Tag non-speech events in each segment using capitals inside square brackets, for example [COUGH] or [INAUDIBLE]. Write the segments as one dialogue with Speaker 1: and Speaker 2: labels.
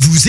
Speaker 1: Vous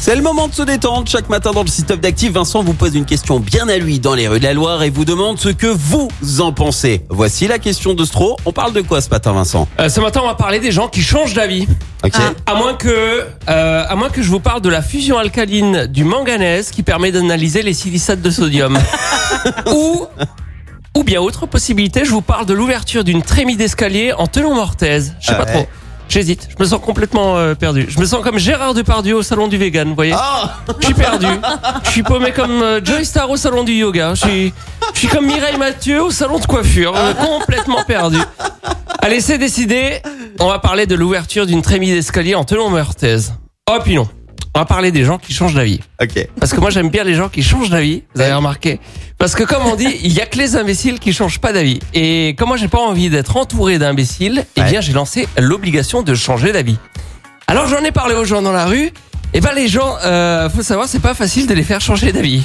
Speaker 2: C'est le moment de se détendre. Chaque matin dans le site Up d'Active, Vincent vous pose une question bien à lui dans les rues de la Loire et vous demande ce que vous en pensez. Voici la question de Stro. On parle de quoi ce matin, Vincent
Speaker 3: Euh, ce matin, on va parler des gens qui changent d'avis.
Speaker 2: Ok.
Speaker 3: À moins que, euh, à moins que je vous parle de la fusion alcaline du manganèse qui permet d'analyser les silicates de sodium. ou, ou bien autre possibilité, je vous parle de l'ouverture d'une trémie d'escalier en telon mortaise. Je sais pas
Speaker 2: Ouais.
Speaker 3: trop. J'hésite. Je me sens complètement euh, perdu. Je me sens comme Gérard Depardieu au salon du vegan. Vous voyez, je suis perdu. Je suis paumé comme euh, Joy Star au salon du yoga. Je suis, je suis comme Mireille Mathieu au salon de coiffure. euh, complètement perdu. Allez, c'est décidé. On va parler de l'ouverture d'une trémie d'escalier en telon mortaise. Oh, puis non. On va parler des gens qui changent d'avis.
Speaker 2: Ok.
Speaker 3: Parce que moi, j'aime bien les gens qui changent d'avis. Vous avez remarqué Parce que, comme on dit, il y a que les imbéciles qui changent pas d'avis. Et comme moi, j'ai pas envie d'être entouré d'imbéciles, eh bien, j'ai lancé l'obligation de changer d'avis. Alors, j'en ai parlé aux gens dans la rue. Eh ben les gens, euh, faut savoir, c'est pas facile de les faire changer d'avis.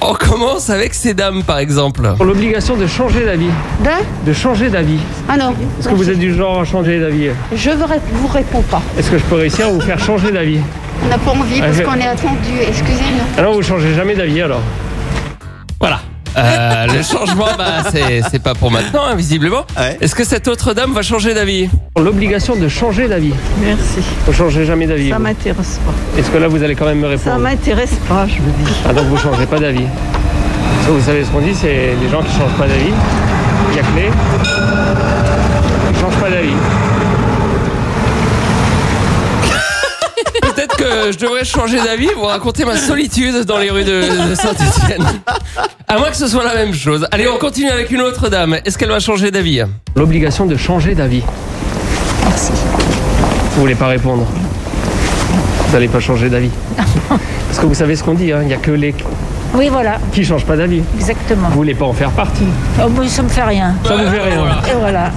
Speaker 3: on commence avec ces dames, par exemple.
Speaker 4: L'obligation de changer d'avis.
Speaker 5: D'un
Speaker 4: De changer d'avis.
Speaker 5: Ah non.
Speaker 4: Est-ce que vous êtes du genre à changer d'avis
Speaker 5: Je vous, rép- vous réponds pas.
Speaker 4: Est-ce que je peux réussir à vous faire changer d'avis
Speaker 5: On n'a pas envie parce
Speaker 4: Ah, je-
Speaker 5: qu'on est attendu. Excusez-nous.
Speaker 4: Alors vous changez jamais d'avis alors
Speaker 3: Voilà. Euh, le changement, bah, c'est c'est pas pour maintenant, hein, visiblement.
Speaker 2: Ouais.
Speaker 3: Est-ce que cette autre dame va changer d'avis
Speaker 4: L'obligation de changer d'avis.
Speaker 6: Merci.
Speaker 4: Vous changez jamais d'avis.
Speaker 6: Ça
Speaker 4: vous.
Speaker 6: m'intéresse pas.
Speaker 4: Est-ce que là vous allez quand même me
Speaker 6: Ça
Speaker 4: répondre
Speaker 6: m'intéresse pas, je vous dis.
Speaker 4: Ah donc vous changez pas d'avis. Parce que vous savez ce qu'on dit, c'est les gens qui changent pas d'avis. Il y a que les. Ils changent pas d'avis.
Speaker 3: [LAUGHS] Peut-être que je devrais changer d'avis pour raconter ma solitude dans les rues de, Saint-Etienne. À moins que ce soit la même chose. Allez, on continue avec une autre dame. Est-ce qu'elle va changer d'avis
Speaker 4: L'obligation de changer d'avis. Vous voulez pas répondre Vous n'allez pas changer d'avis. Parce que vous savez ce qu'on dit, hein, il n'y a que les
Speaker 7: Oui, voilà,
Speaker 4: qui changent pas d'avis.
Speaker 7: exactement.
Speaker 4: Vous voulez pas en faire partie.
Speaker 7: Oh, mais ça me fait rien.
Speaker 4: Ça vous fait rien.
Speaker 7: Et voilà.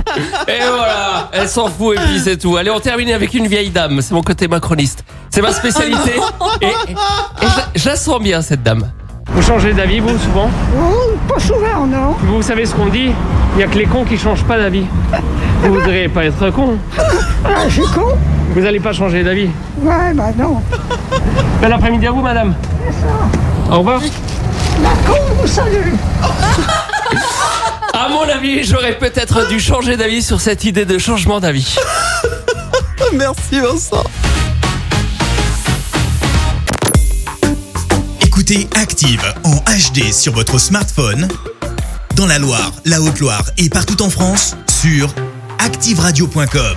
Speaker 3: Et voilà, elle s'en fout et puis c'est tout. Allez, on termine avec une vieille dame. C'est mon côté macroniste. C'est ma spécialité.
Speaker 7: Oh,
Speaker 3: Et, et- et je, la- je la sens bien, cette dame.
Speaker 4: Vous changez d'avis, vous, souvent
Speaker 6: Oh, pas souvent, non
Speaker 4: Vous savez ce qu'on dit Il n'y a que les cons qui changent pas d'avis. Vous voudriez pas être con
Speaker 6: Ah, je suis con
Speaker 4: Vous n'allez pas changer d'avis.
Speaker 6: Ouais, bah non.
Speaker 4: Bon après-midi à vous, madame. Au revoir.
Speaker 3: À mon avis, j'aurais peut-être dû changer d'avis sur cette idée de changement d'avis.
Speaker 2: Merci, Vincent.
Speaker 1: Écoutez Active en HD sur votre smartphone, dans la Loire, la Haute-Loire et partout en France, sur activeradio.com.